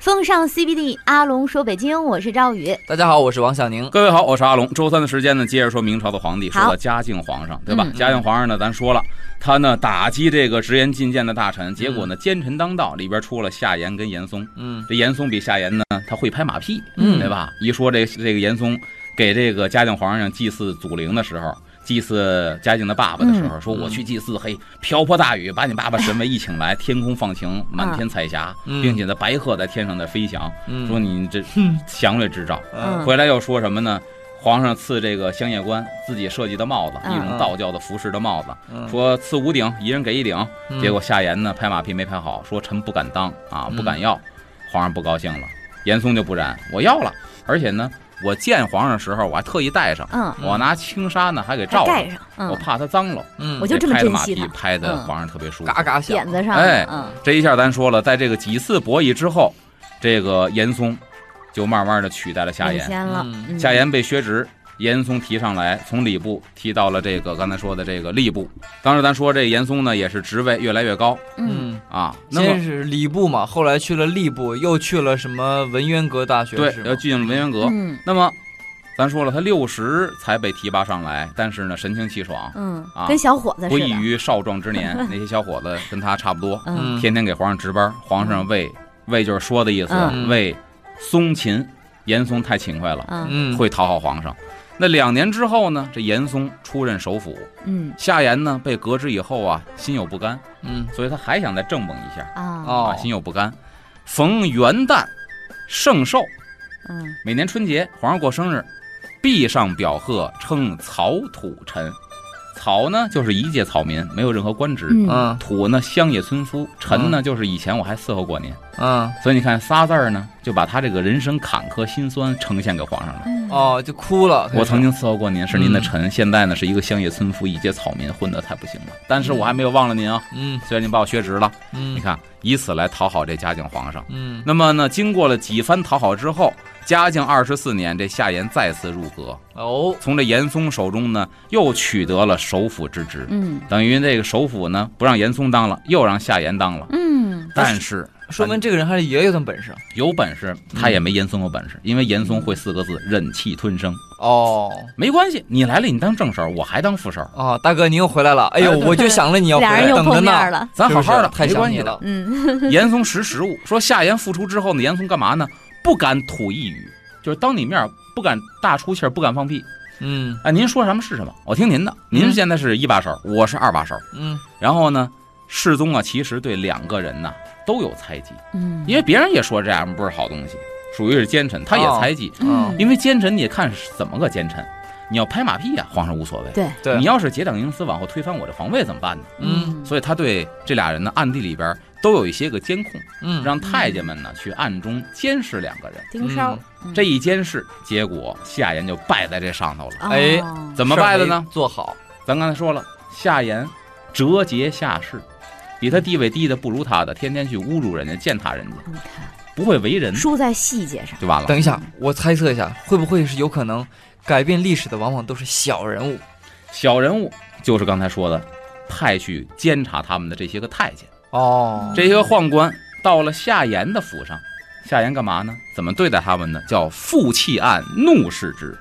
风尚 CBD，阿龙说北京，我是赵宇。大家好，我是王小宁。各位好，我是阿龙。周三的时间呢，接着说明朝的皇帝，说好到嘉靖皇上，对吧？嗯嘉靖皇上呢，咱说了，他呢打击这个直言进谏的大臣，结果呢奸臣当道，里边出了夏言跟严嵩。嗯这严嵩比夏言呢，他会拍马屁，嗯对吧？一说这这个严嵩给这个嘉靖皇上祭祀祖陵的时候。祭祀嘉靖的爸爸的嗯时候，说我去祭祀，嘿，瓢泼大雨，把你爸爸神位一请来，天空放晴，满天彩霞，嗯并且呢，白鹤在天上在飞翔。嗯说你这嗯详略支招，嗯回来又说什么呢？皇上赐这个香叶官自己设计的帽子，嗯一种道教的服饰的帽子，嗯说赐五顶，一人给一顶。嗯结果夏言呢拍马屁没拍好，说臣不敢当啊，嗯不敢要。皇上不高兴了，严嵩就不然，我要了，而且呢，我见皇上的时候我还特意带上，嗯，我拿轻纱呢还给还罩盖上，上，我嗯，怕他脏了。嗯，我就这么拍的马珍惜屁他拍的嗯皇上特别舒服，嘎嘎响，点子上，哎嗯，这一下咱说了，在这个几次博弈之后，这个严嵩就慢慢的取代了夏领言。先了，嗯嗯夏言被削职，严嵩提上来，从礼部提到了这个刚才说的这个吏部。当时咱说这严嵩呢，也是职位越来越高嗯，嗯，啊。那先么是礼部嘛，后来去了吏部，又去了什么文渊阁大学，对是，吗要进文渊阁。嗯那么咱说了，他六十才被提拔上来，但是呢，神清气爽，嗯啊，跟小伙子不似异的，于少壮 之年。那些小伙子跟他差不多，嗯嗯天天给皇上值班。皇上为为就是说的意思，嗯为松秦。严嵩太勤快了，嗯嗯会讨好皇上。那两年之后呢，这严嵩出任首辅，嗯夏言呢被革职以后啊，心有不甘，嗯所以他还想再正蒙一下啊，啊，哦心有不甘。逢元旦、圣寿，嗯每年春节皇上过生日，必上表贺，称曹土臣。曹呢就是一介草民，没有任何官职；嗯嗯土呢乡野村夫；臣呢就是以前我还伺候过您。嗯所以你看仨字儿呢，就把他这个人生坎坷辛酸呈现给皇上了。嗯，哦，就哭了。我曾经经伺候过您，是您的臣，现在呢是一个乡野村夫，一介草民，混得太不行了。但是我还没有忘了您啊。嗯虽然您把我削职了，你嗯看以此来讨好这嘉靖皇上。嗯那么呢，经过了几番讨好之后，嘉靖二十四年，这夏言再次入阁，哦从这严嵩手中呢又取得了首辅之职，嗯等于这个首辅呢不让严嵩当了，又让夏言当了。嗯，但是说明这个人还是也有点本事有本事他也没严嵩有本事，因为严嵩会四个字：忍气吞声。哦没关系，你来了，你当正手，我还当副手，哦，大哥您又回来了，哎呦，我就想了你要回俩来，人又等着碰面呢，了，咱好好是的，不是太没想关你系的。了。嗯 严嵩识时务，说夏言复出之后呢，严嵩干嘛呢？不敢吐一语，就是当你面儿不敢大出气儿，不敢放屁。嗯哎，您说什么是什么，我听您的。您嗯现在是一把手，我是二把手。嗯然后呢，世宗啊，其实对两个人呐、都有猜忌，嗯，因为别人也说这样不是好东西，属于是奸臣，他也哦猜忌。嗯因为奸臣你也看是怎么个奸臣，你要拍马屁呀、皇上无所谓。对，对你要是结党营私，往后推翻我这皇位怎么办呢？嗯所以他对这俩人呢，暗地里边儿都有一些个监控。嗯，让太监们呢去暗中监视两个人。盯梢嗯，嗯这一监视，结果夏言就败在这上头了。哎哦怎么败的呢？？做好，咱刚才说了，夏言折节下士，比他地位低的不如他的，天天去侮辱人家、践踏人家，你看，不会为人输在细节上，就完了。等一下，我猜测一下，会不会是有可能改变历史的往往都是小人物？小人物就是刚才说的，派去监察他们的这些个太监，哦，这些个宦官到了夏言的府上，夏言干嘛呢？怎么对待他们呢？叫负气案怒视之，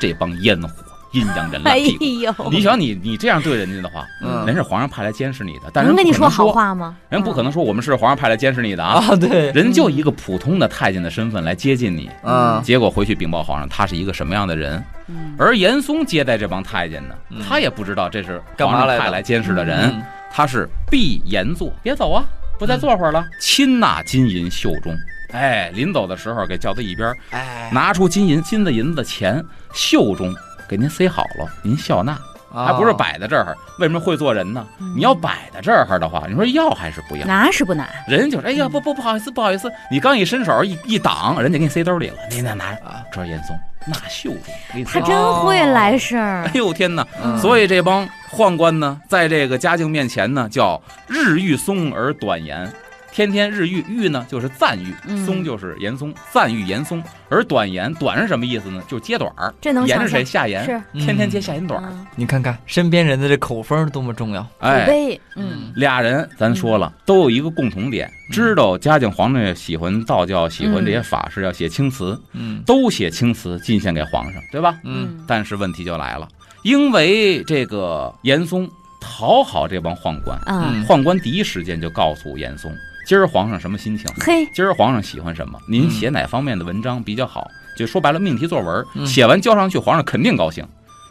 这帮烟火阴阳人烂哎屁股。呦， 你想你你这样对人家的话，嗯人是皇上派来监视你的，但人能跟你不可能好，话吗？嗯人不可能，能说我们是皇上派来监视你的啊，啊，对，人就一个普通的太监的身份来接近你，嗯结果回去禀报皇上他是一个什么样的人，嗯而严嵩接待这帮太监呢嗯，他也不知道这是干皇嘛上来的派来监视的人，嗯他是必严坐，别走啊，不再坐会儿了，嗯亲纳金银袖中。哎，临走的时候给叫到一边，哎，拿出金银、金子、银子、钱、袖中，给您塞好了，您笑纳。还不是摆，摆在这儿？为什么会做人呢哦嗯？你要摆在这儿的话，你说要还是不要？拿是不拿？人就是哎呀，不不不好意思，不好意思，你刚一伸手一一挡，人家给你塞兜 里了。您再拿啊，这是严嵩，纳袖中，给你塞他。真会来事儿哎，呦天哪！嗯所以这帮宦官呢，在这个嘉靖面前呢，叫日欲松而短言，天天日遇，遇呢就是赞誉，嗯松就是严嵩，赞誉严嵩。而短言，短是什么意思呢？就是接短儿，这能言想是象谁下言，是天天接下言短儿。嗯你看看身边人的这口风多么重要。口哎，碑，嗯，俩人咱说了，都有一个共同点，知道嘉靖皇帝喜欢道教，喜欢这些法师，要写青词，嗯都写青词进献给皇上，对吧？嗯，但是问题就来了，因为这个严嵩讨好这帮宦官，啊，嗯宦官第一时间就告诉严嵩，今儿皇上什么心情，嘿，今儿皇上喜欢什么，您嗯写哪方面的文章比较好。就说白了，命题作文，嗯写完交上去，皇上肯定高兴。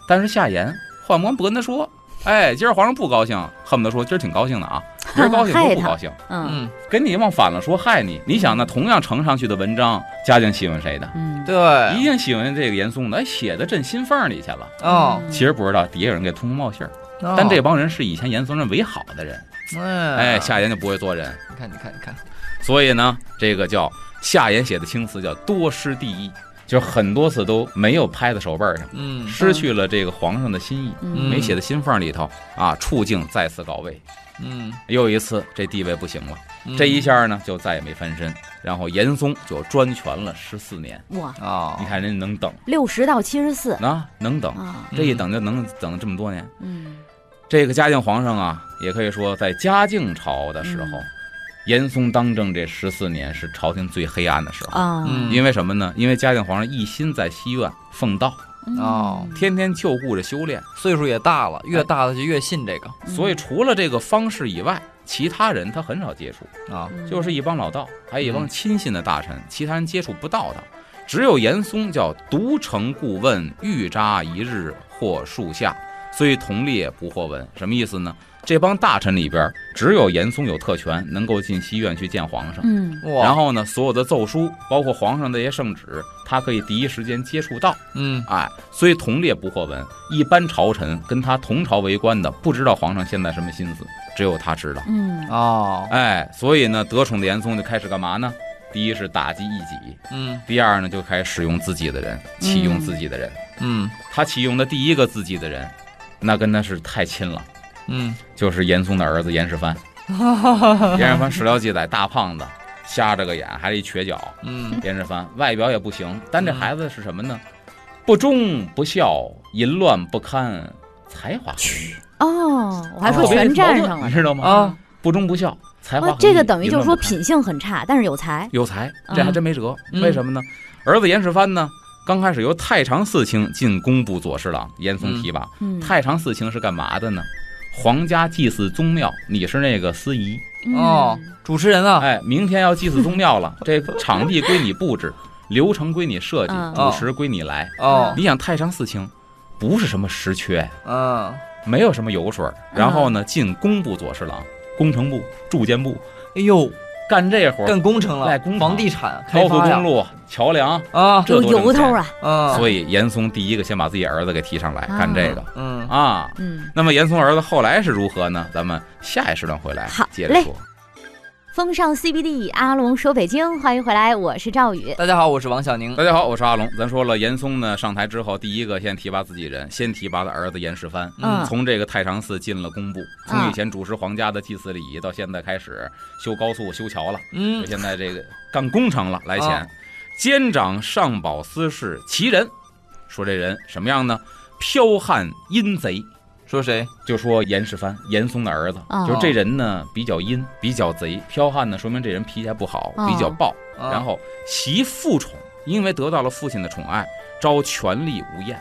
但是夏言宦官不跟他说，哎，今儿皇上不高兴，恨不得说今儿挺高兴的啊，今儿高兴害他说不高兴，嗯嗯，给你往反了说，害你。你想呢？同样呈上去的文章，嘉靖喜欢谁的？嗯，对，一定喜欢这个严嵩的，哎，写的朕心缝儿里去了。哦，嗯其实不知道底下有人给通风报信儿，哦但这帮人是以前严嵩认为好的人，哎，哎夏言就不会做人，你看你看你看，所以呢，这个叫夏言写的青词叫多失第一，就是很多次都没有拍在手背上，嗯失去了这个皇上的心意，嗯没写在心缝里头啊，处境再次高位，嗯，又一次这地位不行了，嗯这一下呢就再也没翻身，然后严嵩就专权了十四年，哇，哦，嗯你看人家能等六十到七十四啊，能等，啊，这一等就能等这么多年。嗯这个嘉靖皇上啊，也可以说在嘉靖朝的时候，嗯严嵩当政这十四年是朝廷最黑暗的时候。啊，嗯因为什么呢？因为嘉靖皇上一心在西院奉道，嗯哦天天就顾着修炼，嗯岁数也大了，越大的就越信这个所以除了这个方士以外，其他人他很少接触，啊，嗯就是一帮老道，还有一帮嗯亲信的大臣，其他人接触不到他。只有严嵩叫独成顾问，欲扎一日或树下，虽同列不获闻。什么意思呢？这帮大臣里边，只有严嵩有特权，能够进西院去见皇上。嗯哇，然后呢，所有的奏书，包括皇上的一些圣旨，他可以第一时间接触到。嗯哎，虽同列不获闻，一般朝臣跟他同朝为官的，不知道皇上现在什么心思，只有他知道。嗯哦，哎，所以呢，得宠的严嵩就开始干嘛呢？第一是打击异己，嗯第二呢，就开始使用自己的人，启用自己的人。嗯他启用的第一个自己的人，那跟他是太亲了，嗯，就是严嵩的儿子严世 蕃。严世蕃史料记载，大胖子，瞎着个眼，还是一瘸脚。嗯严世蕃外表也不行，但这孩子是什么呢？不忠不孝，淫乱不堪，才华横溢哦，我还说哦全占上你了，知道吗？啊，不忠不孝，才华哇横，溢这个等于就是说淫乱不堪品性很差，但是有才，有才，这还嗯真没辙。嗯为什么呢？儿子严世蕃呢，刚开始由太常寺卿进工部左侍郎，严嵩提拔。嗯，太常寺卿是干嘛的呢？皇家祭祀宗庙，你是那个司仪。嗯哦，主持人啊，哎，明天要祭祀宗 庙了，这场地归你布置，流程归你设计，嗯主持归你来。哦，你想太常寺卿，不是什么实缺，嗯，没有什么油水儿。然后呢，进工部左侍郎、工程部、住建部哎呦，干这活儿，干工程了，赖工程房地产、开高速发呀公路、桥梁。啊，这有多挣由头钱啊，嗯，所以严嵩第一个先把自己儿子给提上来啊干这个嗯啊。嗯，那么严嵩儿子后来是如何呢？咱们下一时段回来好接着嘞说。风尚 CBD，阿龙说北京，欢迎回来，我是赵宇，大家好，我是王小宁。大家好，我是阿龙。咱说了，严嵩呢上台之后，第一个先提拔自己人，先提拔的儿子严世蕃。嗯从这个太常寺进了工部，从啊以前主持皇家的祭祀礼仪，到现在开始修高速、修桥了，嗯就，现在这个干工程了。来啊哦钱，监掌上宝司事其人，说这人什么样呢？剽悍阴贼，说谁？就说严世蕃，严嵩的儿子，哦就是这人呢比较阴，比较贼，剽悍呢，说明这人脾气还不好，哦比较暴。啊然后习父宠，因为得到了父亲的宠爱，招权力无厌，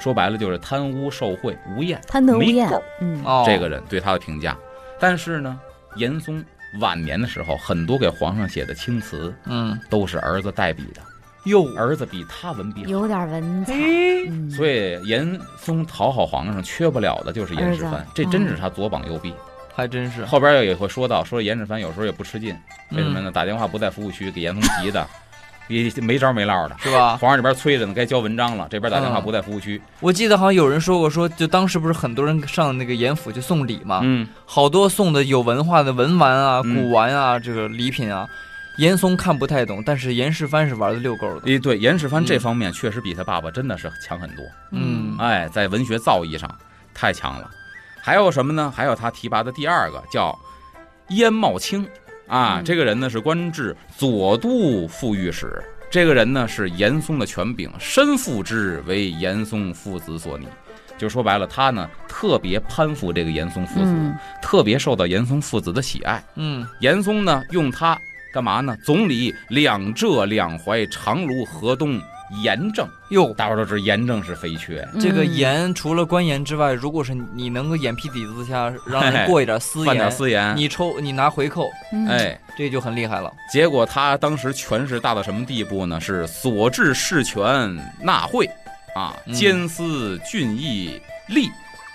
说白了就是贪污受贿无厌。贪得无没厌够，哎嗯，哦，这个人对他的评价，但是呢，严嵩晚年的时候，很多给皇上写的青词嗯都是儿子代笔的，哟，儿子比他文笔好。有点文哎采，嘿，嗯，所以严嵩讨好皇上缺不了的就是严世儿蕃子，嗯这真是他左膀右臂。还真是，后边又也会说到，说严世蕃有时候也不吃劲，为什么嗯呢？打电话不在服务区，给严嵩急的，也没招没落的。是吧？皇上这边催着呢，该交文章了，这边打电话啊嗯不在服务区。我记得好像有人说过，说就当时不是很多人上那个严府去送礼嘛，嗯，好多送的有文化的文玩啊、嗯古玩啊，这个礼品啊，严嵩看不太懂，但是严世蕃是玩的溜够的。诶，对，严世蕃嗯这方面确实比他爸爸真的是强很多。嗯哎，在文学造诣上太强了。还有什么呢？还有他提拔的第二个叫燕茂卿，啊，嗯这个人呢是官至左都副御史，这个人呢是严嵩的权柄，身负之为严嵩父子所拟。就说白了，他呢特别攀附这个严嵩父子，嗯特别受到严嵩父子的喜爱。嗯严嵩呢用他干嘛呢？总理两浙两淮长芦河东严政，哟，大伙儿都知严政是肥缺，这个嗯盐除了官盐之外，如果是你能够眼皮底子下让人过一点私犯点盐，私盐，你抽你拿回扣，嗯哎。这就很厉害了。结果他当时权势大到什么地步呢？是所至事权纳贿，啊，嗯兼司郡邑吏，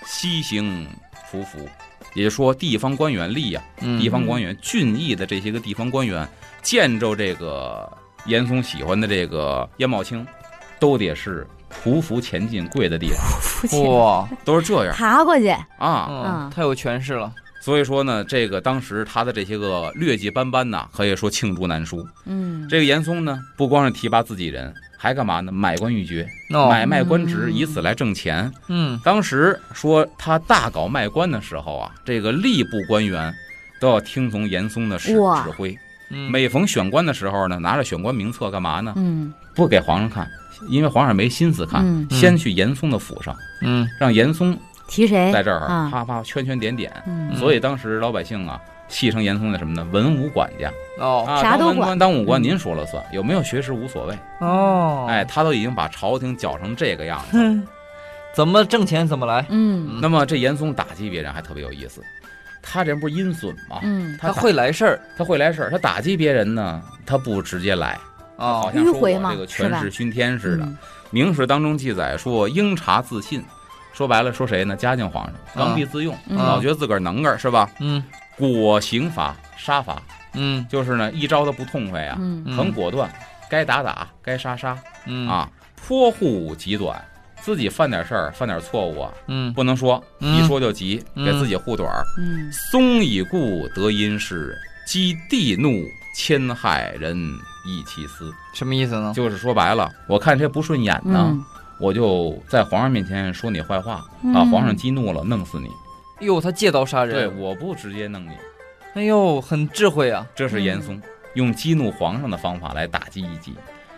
西行匍匐。也就是说，地方官员吏呀、嗯地方官员、郡邑的这些个地方官员，见着这个严嵩喜欢的这个燕茂卿，都得是匍匐前进、跪在地 上，父亲哇，都是这样爬过去，啊。嗯，嗯太有权势了。所以说呢，这个当时他的这些个劣迹斑斑呐，可以说罄竹难书。嗯，这个严嵩呢，不光是提拔自己人，还干嘛呢？买官鬻爵，哦，买卖官职，嗯以此来挣钱。嗯，当时说他大搞卖官的时候啊，这个吏部官员都要听从严嵩的指哇指挥。嗯每逢选官的时候呢，拿着选官名册干嘛呢？嗯不给皇上看，因为皇上没心思看，嗯，先去严嵩的府上，嗯让严嵩提谁？在这儿啊啪啪圈圈点点。嗯所以当时老百姓啊，戏称严嵩的什么呢？文武管家哦啊，啥都当文管官当武官，嗯您说了算，有没有学识无所谓。哦，哎，，他都已经把朝廷搅成这个样子。怎么挣钱怎么来。嗯那么这严嵩打击别人还特别有意思，他这人不是阴损吗？嗯，他打会来事儿他会来事儿，他打击别人呢，他不直接来，啊好，像说哦迂回嘛我这个权是吧势熏天似的。嗯明史当中记载说，英察自信，说白了说谁呢？嘉靖皇上刚愎自用，嗯老觉得自个儿能个儿是吧？嗯果刑罚杀罚，嗯就是呢一招他不痛快呀，啊嗯嗯很果断，该打打，该杀杀嗯，啊，颇护极短。自己犯点事儿，犯点错误啊，嗯不能说嗯一说就急，嗯给自己护短儿。嗯松以故得因是，积地怒千害人亦其私。什么意思呢？就是说白了，我看谁不顺眼呢，嗯我就在皇上面前说你坏话，嗯把皇上激怒了，弄死你。哟，他借刀杀对，人，我不直接弄你，哎呦，很智慧啊。这嗯是严嵩、用激怒皇上的方法来打击一击。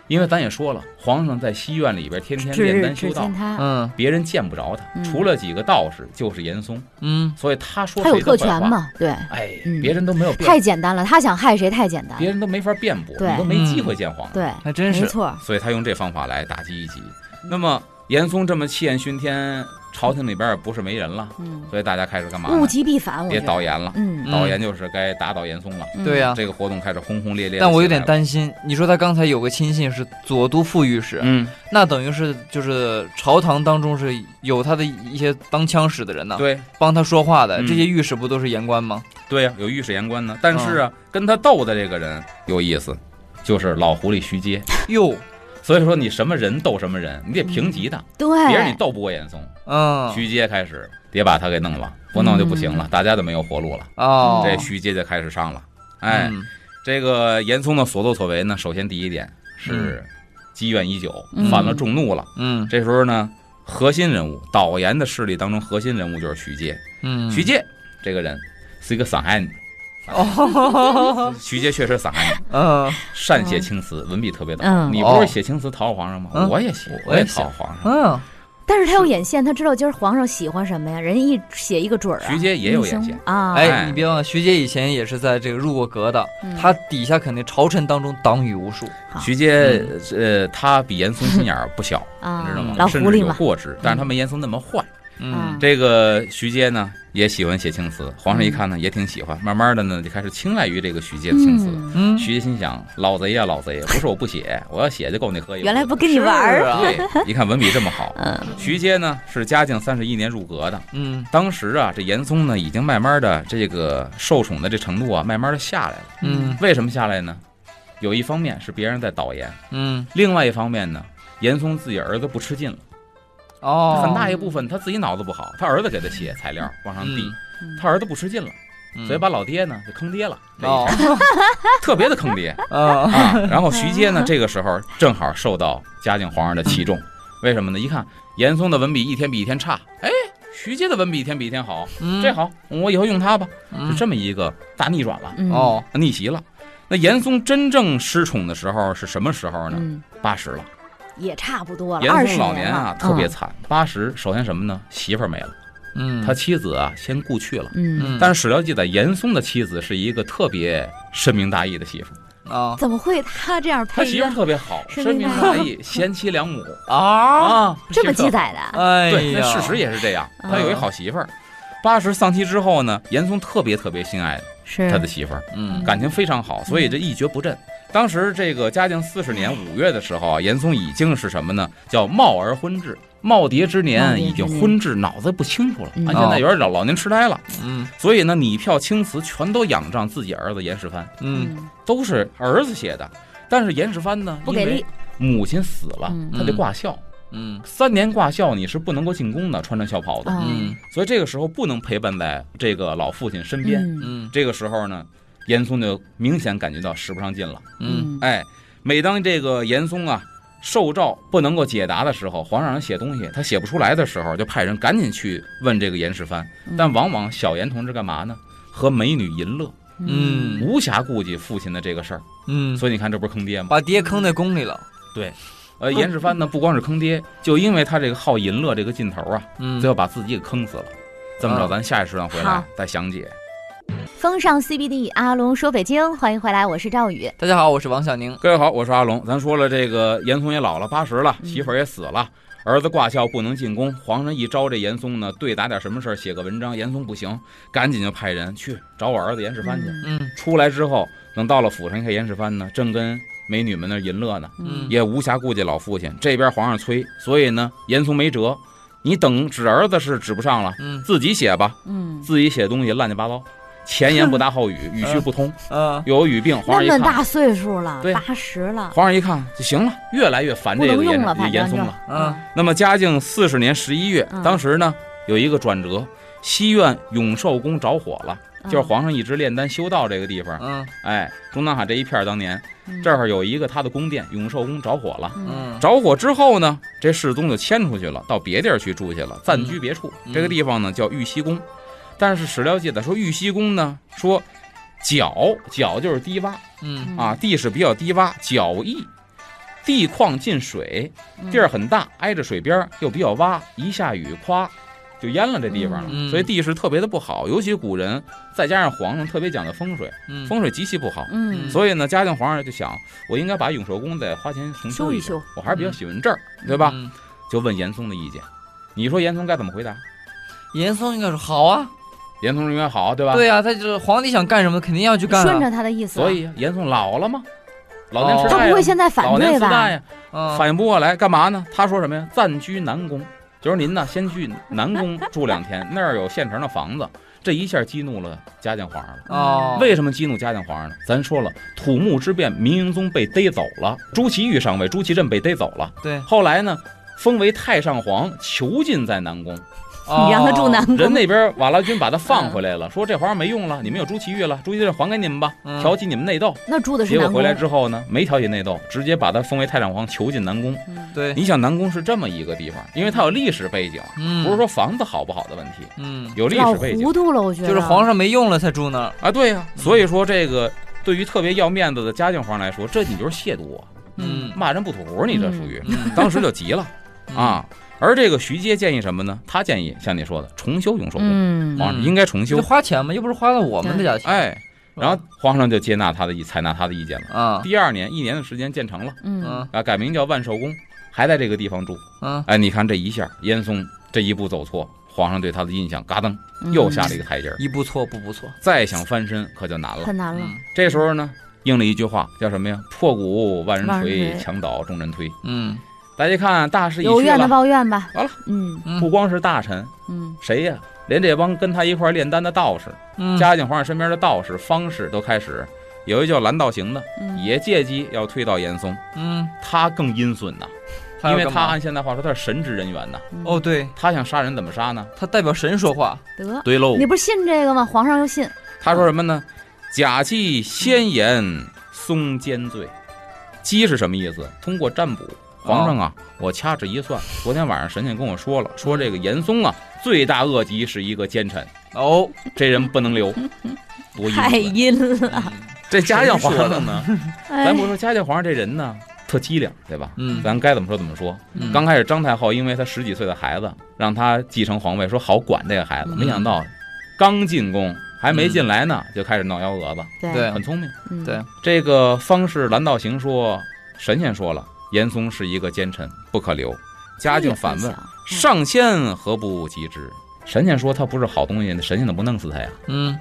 因为咱也说了，皇上在西院里边天天炼只丹只修道见，他，嗯别人见不着他，嗯除了几个道士就是严嵩，嗯所以他说他有谁特的坏权话，嘛，对，哎嗯，别人都没有辩太简单了，他想害谁太简单别了，人都没法辩驳，对你都没机会见皇上，对，还真没是。错，所以他用这方法来打击一击。那么严嵩这么气焰熏天，朝廷里边也不是没人了，嗯，所以大家开始干嘛呢？物极必反，我别觉得，导演了，嗯，导演就是该打倒严嵩了。嗯对呀、这个活动开始轰轰烈烈，但我有点，担心，你说他刚才有个亲信是左都副御史，嗯，那等于是就是朝堂当中是有他的一些当枪使的人嗯呢、对帮他说话的。嗯这些御史不都是言官吗？对呀、有御史言官呢。但是啊，嗯跟他斗的这个人有意思，就是老狐狸徐阶。哟，所以说你什么人斗什么人，你得嗯平级他，对，别人你斗不过严嵩，嗯，徐阶开始得把他给弄了，不弄就不行了，大家就没有活路了。哦，嗯这嗯徐阶就开始上了。哎，这个严嵩的所作所为呢，首先第一点是积怨已久嗯，犯了众怒了。嗯，这时候呢，核心人物导演的势力当中核心人物就是徐阶。嗯嗯，徐阶这个人是一个散汉，哦， 徐阶确实散汉，嗯善写青词，文笔特别好。嗯你不是写青词讨好皇上吗？哦嗯我也写，我也写讨好皇上。嗯，但是他有眼线，他知道今儿皇上喜欢什么呀，人一写一个准儿啊。徐阶也有眼线嗯啊，哎，你别忘了，徐阶以前也是在这个入过阁的，嗯他底下肯定朝臣当中党羽无数。好徐阶呃，他比严嵩心眼儿不小，嗯 啊你知道吗？老狐甚至狸有嘛，嗯过之，但是他没严嵩那么坏。啊嗯，这个徐阶呢，也喜欢写青词，皇上嗯一看呢，也挺喜欢，慢慢的呢，就开始青睐于这个徐阶的青词。嗯，嗯，徐阶心想：老贼呀、老贼，不是我不写，我要写就够你喝一壶。原来不跟你玩是儿，啊，对，一看文笔这么好。嗯 徐阶呢是嘉靖三十一年入阁的，嗯当时啊，这严嵩呢已经慢慢的这个受宠的这程度啊，慢慢的下来了。嗯为什么下来呢？有一方面是别人在导言，嗯，另外一方面呢，严嵩自己儿子不吃劲了，哦，很大一部分他自己脑子不好，他儿子给他写材料往上递，嗯他儿子不吃劲了。嗯，所以把老爹呢就坑爹了，这一哦下，特别的坑爹嗯 啊。然后徐阶呢， 这个时候正好受到嘉靖皇上的器重，为什么呢？一看严嵩的文笔一天比一天差，哎，徐阶的文笔一天比一天好，嗯这好，我以后用它吧，嗯是这么一个大逆转了，嗯，哦，逆袭了。那严嵩真正失宠的时候是什么时候呢？嗯，八十了，也差不多了，严二十嵩老年年啊了嗯特别，惨。八十，首先什么呢？媳妇儿没了，嗯，他妻子啊先故去了。嗯，嗯嗯，但是是史料记载，严嵩的妻子是一个特别深明大义的媳妇，啊怎么会他这样他配媳妇儿乐？特别好，深深明明大大义，贤妻良母啊，啊， 这么媳妇记儿载的啊？哎对，呀，那事实也是这样。嗯他有一好媳妇儿，八十丧妻之后呢，严嵩特别特别心爱是他的媳妇儿，嗯感情非常好，所以嗯这一蹶不振。当时这个嘉靖四十年五月的时候啊，严嵩已经是什么呢？叫耄而昏志，耄耋耄耋之年之已经昏志，脑子不清楚了，嗯啊，现在有点老老年痴呆了。嗯所以呢，拟票青词全都仰仗自己儿子严世蕃，嗯，都是儿子写的。但是严世蕃呢，不给因为力，母亲死了嗯，他得挂孝，嗯三年挂孝你是不能够进宫的，穿着孝袍的。嗯嗯所以这个时候不能陪伴在这个老父亲身边。嗯嗯这个时候呢，严嵩就明显感觉到使不上劲了。嗯哎，每当这个严嵩啊受诏不能够解答的时候，皇上让人写东西，他写不出来的时候，就派人赶紧去问这个严世蕃。哎嗯但往往小严同志干嘛呢？和美女淫乐，嗯无暇顾及父亲的这个事儿。嗯，所以你看，这不是坑爹吗？把爹坑在宫里了，呃，严世蕃呢，不光是坑爹，就因为他这个好淫乐这个劲头啊，嗯最后把自己给坑死了。这么着，啊咱下一时段回好来再详解。风尚 CBD，阿龙说北京，欢迎回来，我是赵宇。大家好，我是王小宁，各位好，我是阿龙。咱说了，这个严嵩也老了，八十了，嗯媳妇儿也死了，儿子挂孝不能进宫。皇上一招这严嵩呢，对打点什么事儿，写个文章，严嵩不行，赶紧就派人去找我儿子严世蕃去。嗯嗯出来之后，等到了府上，一看严世蕃呢，正跟美女们那儿淫乐呢，嗯也无暇顾及老父亲。这边皇上催，所以呢，严嵩没辙，你等指儿子是指不上了，嗯自己写吧，嗯，自己写东西乱七八糟，前言不搭后 语，语序不通，啊又有语病。皇那上一么看，大岁数了，对八十了，皇上一看就行了，越来越烦不这能个严用了，反严正嵩就了。嗯那么嘉靖四十年十一月嗯，当时呢有一个转折，西苑永寿宫着火了，嗯就是皇上一直炼丹修道这个地方。嗯哎，中南海这一片儿当年这儿有一个他的宫殿永寿宫着火了。嗯嗯着火之后呢，这世宗就迁出去了，到别地儿去住去了，暂居别处。嗯这个地方呢叫玉溪宫，但是史料记载说玉溪宫呢说角角就是低洼，嗯啊，地势比较低洼，角易，地况进水，嗯地儿很大，挨着水边儿又比较洼，一下雨夸就淹了这地方了，嗯所以地势特别的不好。尤其古人，再加上皇上特别讲究风水，嗯风水极其不好。嗯，所以呢，嘉靖皇上就想，我应该把永寿宫再花钱重修修一一下修嗯我还是比较喜欢这儿，对吧？嗯就问严嵩的意见，你说严嵩该怎么回答？严嵩应该说好啊，严嵩认为好，对吧？对啊呀，他就是皇帝想干什么肯定要去干顺啊，着他的意思，啊所以严嵩老了吗？老年哦痴他呆不会呀，现在反老年对痴呆吧？呀，嗯反应不过来，干嘛呢？他说什么呀？暂居南宫，就是您呢，先去南宫住两天，那儿有现成的房子。这一下激怒了嘉靖皇上了。哦，为什么激怒嘉靖皇上呢？咱说了，土木之变，明英宗被逮走了，朱祁钰上尉朱祁镇被逮走了。对，后来呢，封为太上皇，囚禁在南宫。你让他住南哦宫，人那边瓦剌军把他放嗯回来了，说这皇上没用了，你们有朱祁钰了，朱祁镇还给你们吧，嗯挑起你们内斗。那住的是结南果宫。回来之后呢，没挑起内斗，直接把他封为太上皇，囚禁南宫。嗯 对，你想南宫是这么一个地方，因为它有历史背景，嗯不是说房子好不好的问题，嗯，有历老史背景糊涂了，我觉得就是皇上没用了才住那儿，啊。对呀、所以说这个对于特别要面子的嘉靖皇上来说，这你就是亵渎啊，嗯骂人不吐胡，你这属于，嗯当时就急了啊。而这个徐阶建议什么呢？他建议像你说的重修永寿宫，嗯皇上应该重就修。花钱嘛，又不是花了我们的家钱，哎，是吧，然后皇上就接纳他的意，采纳他的意见了。啊第二年，一年的时间建成了嗯嗯啊，改名叫万寿宫，还在这个地方住。嗯哎，你看这一下，严嵩这一步走错，皇上对他的印象嘎噔嗯又下了一个台阶儿，一步错步步错，再想翻身可就难了。很难了，嗯这时候呢，应了一句话，叫什么呀？破鼓万人万人锤，锤墙倒众人推。嗯大家看，啊大势已有去怨的了，抱怨吧。完了，嗯嗯不光是大臣，嗯谁呀？连这帮跟他一块儿炼丹的道士，嗯，嘉靖皇上身边的道士、方士都开始，有一叫蓝道行的，嗯，也借机要推倒严嵩。嗯，他更阴损呐，他因要为干他嘛按现在话说，他是神职人员呐，嗯哦，对他想杀人怎么杀呢？啊他代表神说话，得，对喽你不是信这个吗？皇上又信，他说什么呢？假计先言松奸罪，鸡是什么意思？通过占卜皇上啊，我掐指一算，昨天晚上神仙跟我说了，说这个严嵩啊，罪大恶极，是一个奸臣，哦，这人不能留，多阴太损。阴了，这嘉靖皇上呢，哎咱不说嘉靖皇上这人呢，特机灵，对吧？ 嗯咱该怎么说怎么说。刚开始张太后因为她十几岁的孩子，让她继承皇位，说好管这个孩子，嗯没想到刚进宫还没进来呢，就开始闹幺蛾子，对很聪明。嗯对这个方士蓝道行说，神仙说了，严嵩是一个奸臣，不可留。嘉靖反哎问，上上仙何不及之？神仙说他不是好东西，神仙怎么不弄死他呀？嗯，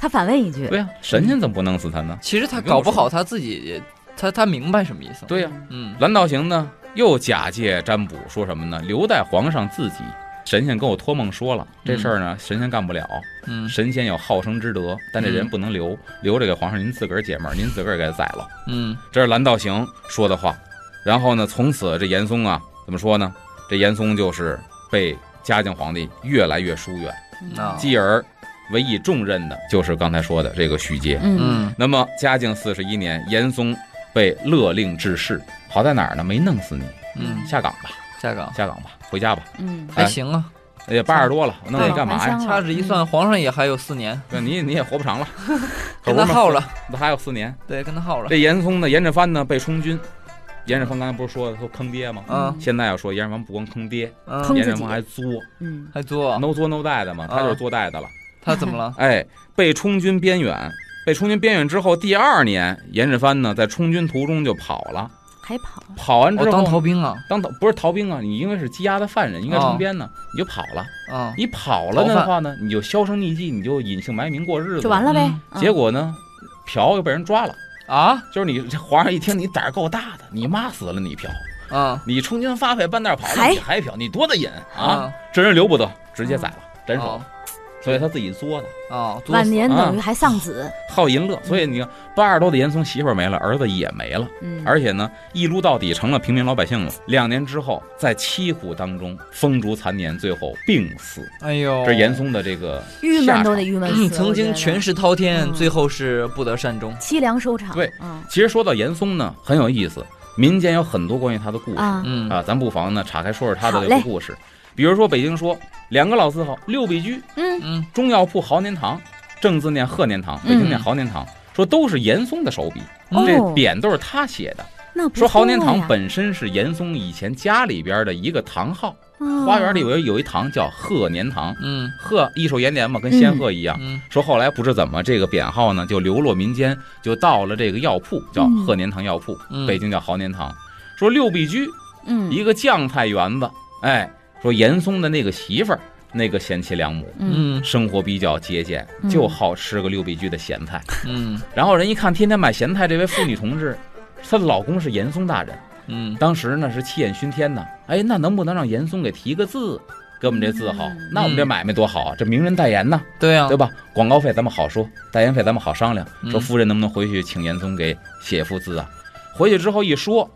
他反问一句，对呀、神仙怎么不弄死他呢？其实他搞不好他自己也，他他明白什么意思。，对呀、嗯蓝道行呢又假借占卜说什么呢？留待皇上自己。神仙跟我托梦说了，这事儿呢神仙干不了，嗯神仙有好生之德，但这人嗯不能留，留着给皇上您自个儿解闷儿，您自个儿给宰了。嗯这是蓝道行说的话。然后呢，从此这严嵩啊，怎么说呢？这严嵩就是被嘉靖皇帝越来越疏远，嗯啊继而委以重任的就是刚才说的这个徐阶。嗯嗯那么嘉靖四十一年，严嵩被勒令致仕，好在哪儿呢？没弄死你，嗯，下岗吧，下岗下岗吧，回家吧。嗯，还行啊，哎呀，八十多了，我弄你干嘛呀？嗯掐指一算，皇上也还有四年，对你你也活不长了，可跟不他是吗？耗了，他还有四年。对，跟他耗了。这严嵩呢，严振藩呢被充军，严振藩刚才不是说说坑爹吗？嗯现在要说严振藩不光坑爹，坑嗯，严自振己峰还作嗯还作，啊，no 作 no 带的嘛，啊他就是作带的了。他怎么 了？哎，被充军边远，被充军边远之后，第二年严振藩呢在充军途中就跑了，还跑，跑完我哦之后当逃兵啊，当逃不是逃兵啊，你因为是羁押的犯人，应该充边呢，你就跑了。啊，你跑逃了的犯话呢，你就销声匿迹，你就隐姓埋名过日子就完了呗。嗯结果呢，嫖又被人抓了。啊就是你这皇上一听你胆儿够大的，你妈死了你嫖，啊你充军发配半道跑了还你还嫖，你多大瘾啊！，嗯这人留不得，直接宰了，斩首。啊所以他自己作的，啊，作晚死年等于还丧子，好淫乐。所以你看，八十多的严嵩媳妇儿没了，儿子也没了，嗯，而且呢，一撸到底成了平民老百姓了。两年之后，在凄苦当中风烛残年，最后病死。哎呦，这是严嵩的这个郁闷都得郁闷嗯死。 曾经权是势滔天，嗯最后是不得善终。凄凉收场，对嗯其实说到严嵩呢，很有意思，民间有很多关于他的故事啊啊，嗯咱不妨呢岔开说说他的好这个嘞故事。比如说北京说两个老字号六必居、嗯嗯中药铺豪年堂，正字念鹤年堂，北京念嗯豪年堂，说都是严嵩的手笔，哦这匾都是他写的。那不说豪年错堂呀本身是严嵩以前家里边的一个堂号，嗯花园里有有一堂叫鹤年堂，嗯鹤益寿延年嘛，跟仙鹤一样。嗯说后来不知怎么这个匾号呢就流落民间，就到了这个药铺，叫嗯鹤年堂药铺，嗯北京叫豪年堂。说六必居嗯一个酱菜园子，哎，说严嵩的那个媳妇儿，那个贤妻良母，嗯嗯生活比较节俭，嗯就好吃个六必居的咸菜。嗯然后人一看天天买咸菜，这位妇女同志，她的老公是严嵩大人，嗯当时呢是气焰熏天呐。哎，那能不能让严嵩给提个字，给我们这字号嗯？那我们这买卖多好啊，这名人代言呐，对啊呀对，吧？广告费咱们好说，代言费咱们好商量。嗯说夫人能不能回去请严嵩给写一幅字啊？回去之后一说，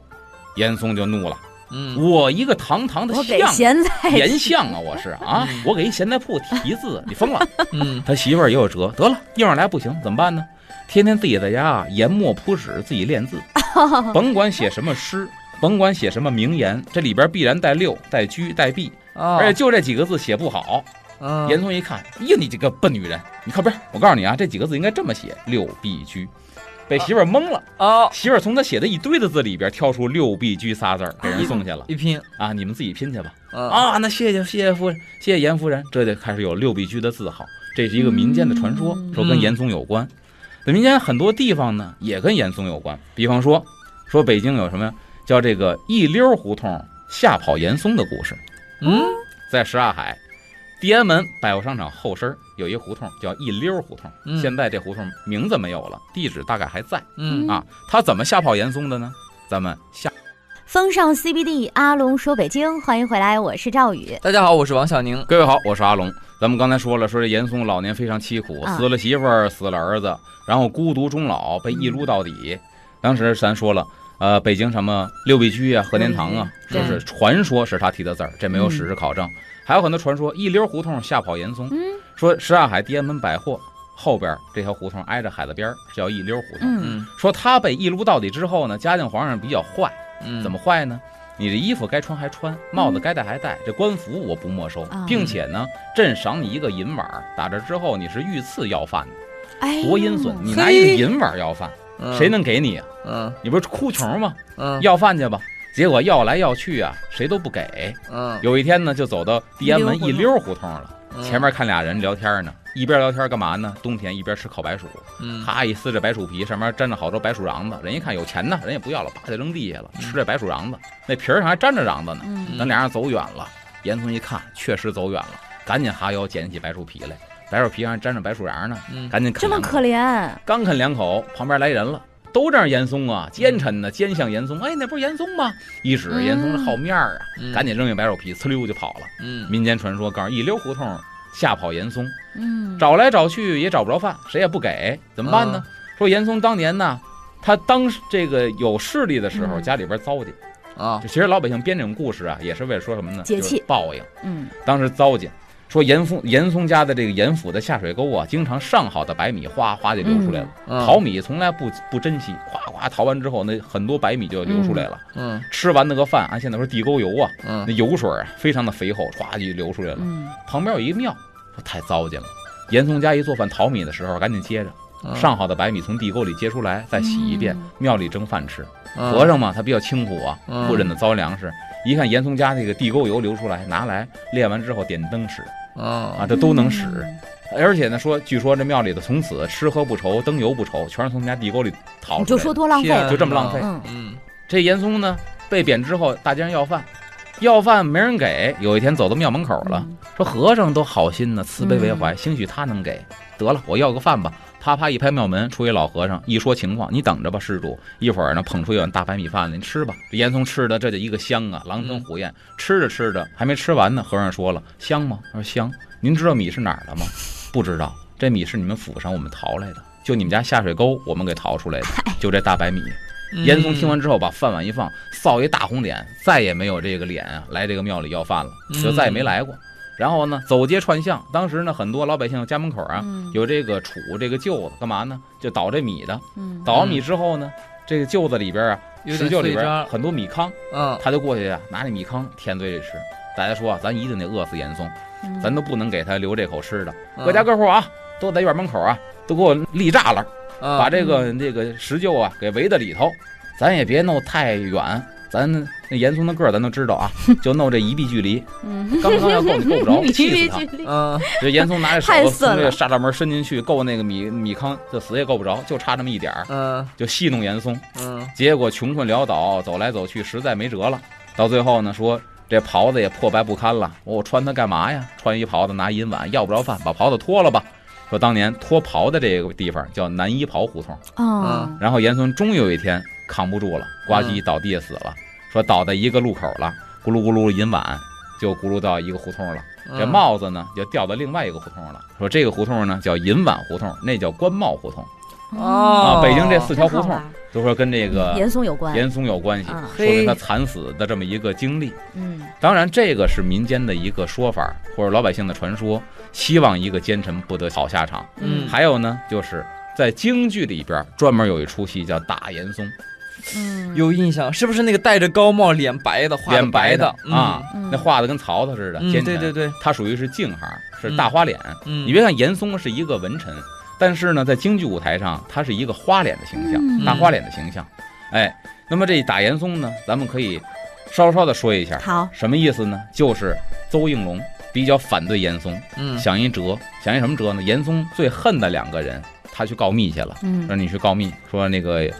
严嵩就怒了。嗯我一个堂堂的我给相咸菜盐相啊，我是啊嗯，我给一咸菜铺提字，你疯了？嗯他媳妇儿也有辙，得了，硬上来不行，怎么办呢？天天自己在家啊，研墨铺纸，自己练字，甭管写什么诗，甭管写什么名言，这里边必然带六、带居、带必，啊，而且就这几个字写不好。嗯严嵩一看，哎呀，你这个笨女人，你靠边儿！我告诉你啊，这几个字应该这么写：六必居。被媳妇儿蒙了，啊媳妇儿从他写的一堆的字里边挑出“六必居”仨字儿给人送去了一拼啊！你们自己拼去吧。啊啊，那谢谢谢谢夫人，谢谢严夫人，这就开始有六必居的字号，这是一个民间的传说，嗯说跟严嵩有关。那民间很多地方呢也跟严嵩有关，比方说说北京有什么叫这个一溜胡同吓跑严嵩的故事，嗯在什刹海。地安门百货商场后身儿有一胡同叫一溜胡同，嗯现在这胡同名字没有了，地址大概还在嗯啊。他怎么吓跑严嵩的呢？咱们下风尚 CBD，阿龙说北京，欢迎回来，我是赵宇。大家好，我是王小宁。各位好，我是阿龙。咱们刚才说了，说这严嵩老年非常凄苦，啊死了媳妇儿，死了儿子，然后孤独终老，被一撸到底。当时咱说了，呃，北京什么六必居啊、和年堂啊，对说是传说是他提的字儿，这没有史实考证。还有很多传说，一溜胡同吓跑严嵩，嗯说什刹海地安门百货后边这条胡同挨着海子边儿叫一溜胡同。嗯嗯说他被一撸到底之后呢，嘉靖皇上比较坏，嗯，怎么坏呢？你这衣服该穿还穿，帽子该戴还戴，这官服我不没收嗯啊，并且呢，朕赏你一个银碗儿，打这之后你是御赐要饭的，哎呦，多阴损！你拿一个银碗儿要饭，嗯谁？能给你啊？嗯你不是哭穷吗？嗯要饭去吧。结果要来要去啊，谁都不给。嗯，有一天呢，就走到地安门一溜胡同了，嗯前面看俩人聊天呢，一边聊天干嘛呢？冬天一边吃烤白薯，嗯啪一撕着白薯皮，上面沾着好多白薯瓤子。人一看有钱呢，人也不要了，啪就扔地下了，吃这白薯瓤子，那皮儿上还沾着瓤子呢。嗯，等俩人走远了，严嵩一看确实走远了，赶紧哈腰捡起白薯皮来，白薯皮上还沾着白薯瓤呢，嗯赶紧啃这么两口可怜，刚啃两口，旁边来人了，都这样严嵩啊，奸臣呢，奸相严嵩，哎，那不是严嵩吗？一指嗯严嵩这好面儿啊，嗯赶紧扔下白手皮，呲溜就跑了。嗯民间传说告诉一溜胡同吓跑严嵩，嗯，找来找去也找不着饭，谁也不给，怎么办呢？说严嵩当年呢。他当时这个有势力的时候，嗯家里边糟践。啊就其实老百姓编这种故事啊，也是为了说什么呢？解气就是报应。嗯，当时糟践，说严嵩严嵩家的这个严府的下水沟啊，经常上好的白米哗哗就流出来了。嗯淘米从来不不珍惜，哗哗淘完之后，那很多白米就流出来了。嗯吃完那个饭，按现在说地沟油啊，嗯那油水啊非常的肥厚，唰就流出来了。嗯，旁边有一庙，说太糟践了。严嵩家一做饭淘米的时候，赶紧接着、嗯上好的白米从地沟里接出来，再洗一遍，嗯庙里蒸饭吃。嗯和尚嘛，他比较清苦啊，嗯不忍得糟粮食。一看严嵩家这个地沟油流出来，拿来炼完之后点灯使啊，啊这都能使。嗯而且呢，说据说这庙里头从此吃喝不愁，灯油不愁，全是从人家地沟里淘你出来的。就说多浪费天啊了，就这么浪费嗯嗯这严嵩呢，被贬之后，大街上要饭，要饭没人给。有一天走到庙门口了，嗯说和尚都好心呢，慈悲为怀，兴许他能给。得了，我要个饭吧。啪啪一拍庙门，出一老和尚，一说情况，你等着吧，施主，一会儿呢捧出一碗大白米饭来，你吃吧。这严嵩吃的这就一个香啊，狼吞虎咽，吃着吃着还没吃完呢，和尚说了，香吗？他说香。您知道米是哪儿的吗？不知道，这米是你们府上我们淘来的，就你们家下水沟我们给淘出来的，就这大白米。嗯严嵩听完之后，把饭碗一放，臊一大红脸，再也没有这个脸啊来这个庙里要饭了，嗯就再也没来过。然后呢，走街串巷，当时呢，很多老百姓家门口啊，嗯有这个杵这个臼子，干嘛呢？就捣这米的。嗯捣完米之后呢，这个臼子里边啊，有石点臼碎里边渣很多米糠，嗯他就过去啊，拿那米糠填嘴里吃。大家说啊，咱一定得饿死严嵩，嗯咱都不能给他留这口吃的。嗯各家各户啊，都在院门口啊，都给我立栅栏。嗯把这个这个石臼啊给围在里头，咱也别弄太远，咱那严嵩的个儿咱都知道 啊，就弄这一臂距离，嗯，刚刚要 够你够不着，你气死他去。去嗯这严嵩拿着手 太从损这了个栅栏门伸进去，够那个米米糠，就死也够不着，就差那么一点儿，嗯就戏弄严嵩。嗯结果穷困潦倒，走来走去，实在没辙了。到最后呢，说这袍子也破败不堪了，我穿它干嘛呀？穿一袍子拿银碗，要不着饭，把袍子脱了吧。说当年脱袍的这个地方叫南一袍胡同。哦，然后严嵩终于有一天扛不住了，呱嗯唧倒地下死了，说倒在一个路口了，咕噜咕噜银碗就咕噜到一个胡同了，嗯这帽子呢就掉到另外一个胡同了。说这个胡同呢叫银碗胡同，那叫官帽胡同哦，啊。哦北京这四条真胡好同玩都说跟这个严嵩有关，严嵩有关系啊，说明他惨死的这么一个经历。嗯当然，这个是民间的一个说法或者老百姓的传说，希望一个奸臣不得好下场。嗯还有呢，就是在京剧里边专门有一出戏叫打严嵩。嗯，有印象，是不是那个戴着高帽、脸白的、画得脸白的啊？，嗯那画的跟曹操似的，嗯嗯奸对对臣。对，他属于是净行，是嗯大花脸。嗯，你别看严嵩是一个文臣，但是呢，在京剧舞台上，他是一个花脸的形象，嗯大花脸的形象。哎，那么这打严嵩呢，咱们可以稍稍的说一下，嗯好，什么意思呢？就是邹应龙比较反对严嵩，嗯想一辙，想一什么辙呢？严嵩最恨的两个人，他去告密去了。嗯让你去告密，说那个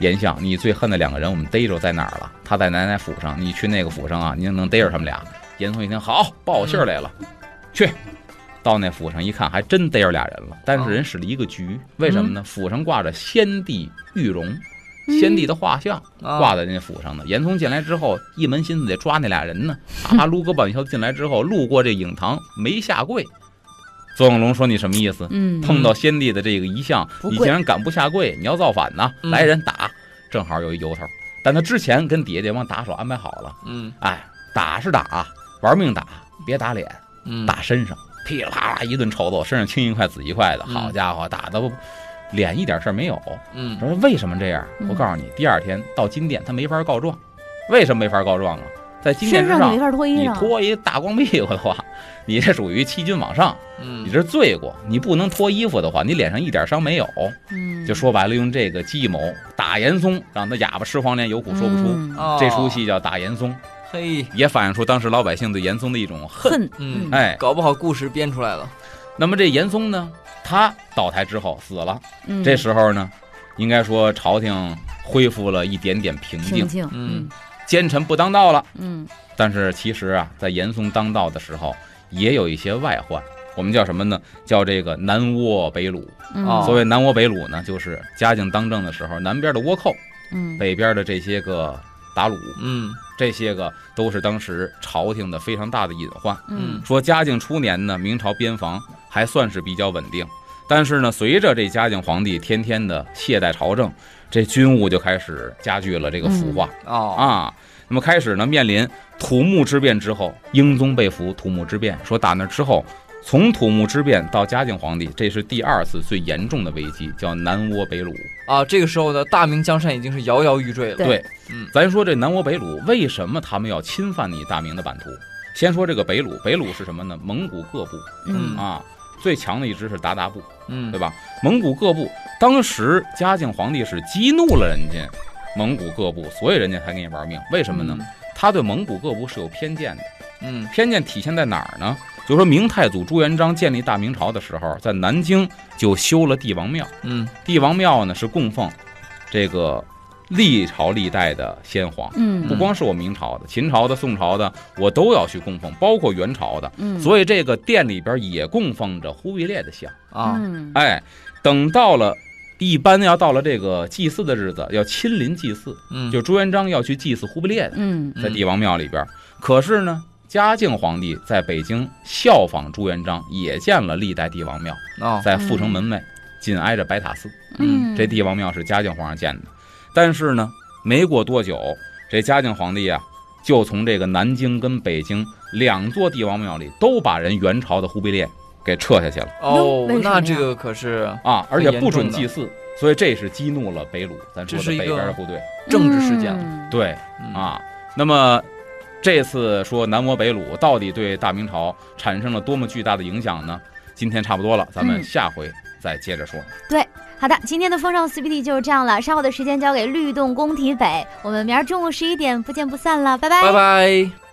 严相，你最恨的两个人，我们逮着在哪儿了？他在奶奶府上，你去那个府上啊，你能逮着他们俩。严嵩一听，好，报信儿来了，去。到那府上一看，还真逮着俩人了，但是人使了一个局，为什么呢？府上挂着先帝玉容，先帝的画像挂的在那府上呢。严嵩进来之后，一门心思得抓那俩人呢，啊，撸个半宿进来之后，路过这影堂没下跪。邹永龙说：“你什么意思？嗯，碰到先帝的这个遗像，不你跪竟然敢不下跪，你要造反呐！嗯来人打，正好有一由头。但他之前跟底下这帮打手安排好了，嗯哎，打是打，玩命打，别打脸，嗯打身上，噼里啪啦一顿抽揍，身上青一块紫一块的，嗯好家伙，打的脸一点事儿没有。嗯说为什么这样？嗯我告诉你，第二天到金殿他没法告状，为什么没法告状啊？在金钱身之上你上没，法脱衣你裳，脱一大光屁股的话，你这属于欺君罔上，嗯你这是罪过。你不能脱衣服的话，你脸上一点伤没有。嗯，就说白了，用这个计谋打严嵩，让他哑巴吃黄连，有苦说不出。啊嗯哦这出戏叫打严嵩，嘿，也反映出当时老百姓对严嵩的一种恨。恨，嗯，哎，搞不好故事编出来了，那么这严嵩呢，他倒台之后死了，嗯这时候呢，应该说朝廷恢复了一点点平平静，静，嗯奸臣不当道了。嗯但是其实啊，在严嵩当道的时候，也有一些外患。我们叫什么呢？叫这个南倭北虏。嗯，哦啊所谓南倭北虏呢，就是嘉靖当政的时候，南边的倭寇，嗯北边的这些个鞑虏，嗯这些个都是当时朝廷的非常大的隐患。嗯说嘉靖初年呢，明朝边防还算是比较稳定，但是呢，随着这嘉靖皇帝天天的懈怠朝政，这军务就开始加剧了这个腐化。哦，啊。那么开始呢，面临土木之变之后，英宗被俘土木之变，说打那之后，从土木之变到嘉靖皇帝，这是第二次最严重的危机，叫南倭北虏。啊，这个时候呢，大明江山已经是摇摇欲坠了，对嗯咱说这南倭北虏为什么他们要侵犯你大明的版图？先说这个北虏，北虏是什么呢？蒙古各部嗯啊，最强的一支是鞑靼部，嗯对吧？蒙古各部当时嘉靖皇帝是激怒了人家蒙古各部，所以人家才跟你玩命。为什么呢？他对蒙古各部是有偏见的。嗯？偏见体现在哪儿呢？就说明太祖朱元璋建立大明朝的时候，在南京就修了帝王庙。嗯帝王庙呢是供奉这个历朝历代的先皇，嗯不光是我明朝的、秦朝的、宋朝的，我都要去供奉，包括元朝的。嗯，以所以这个殿里边也供奉着忽必烈的像。嗯啊，嗯哎，等到了一般要到了这个祭祀的日子，要亲临祭祀，嗯就朱元璋要去祭祀忽必烈的。嗯在帝王庙里边儿。可是呢，嘉靖皇帝在北京效仿朱元璋，也建了历代帝王庙，啊，在阜成门外，紧挨着白塔寺。嗯，这帝王庙是嘉靖皇上建的，但是呢，没过多久，这嘉靖皇帝啊，就从这个南京跟北京两座帝王庙里都把人元朝的忽必烈给撤下去了哦为，什么呀那这个可是啊，而且不准很严重的祭祀。所以这是激怒了北虏，咱这说是的一个北边的部队。政治事件了嗯，对，嗯，啊。那么这次说南倭北虏到底对大明朝产生了多么巨大的影响呢？今天差不多了，咱们嗯下回再接着说。好的，今天的风尚 CBD 就是这样了，稍后的时间交给律动工体北，我们明儿中午十一点不见不散了，拜拜拜拜。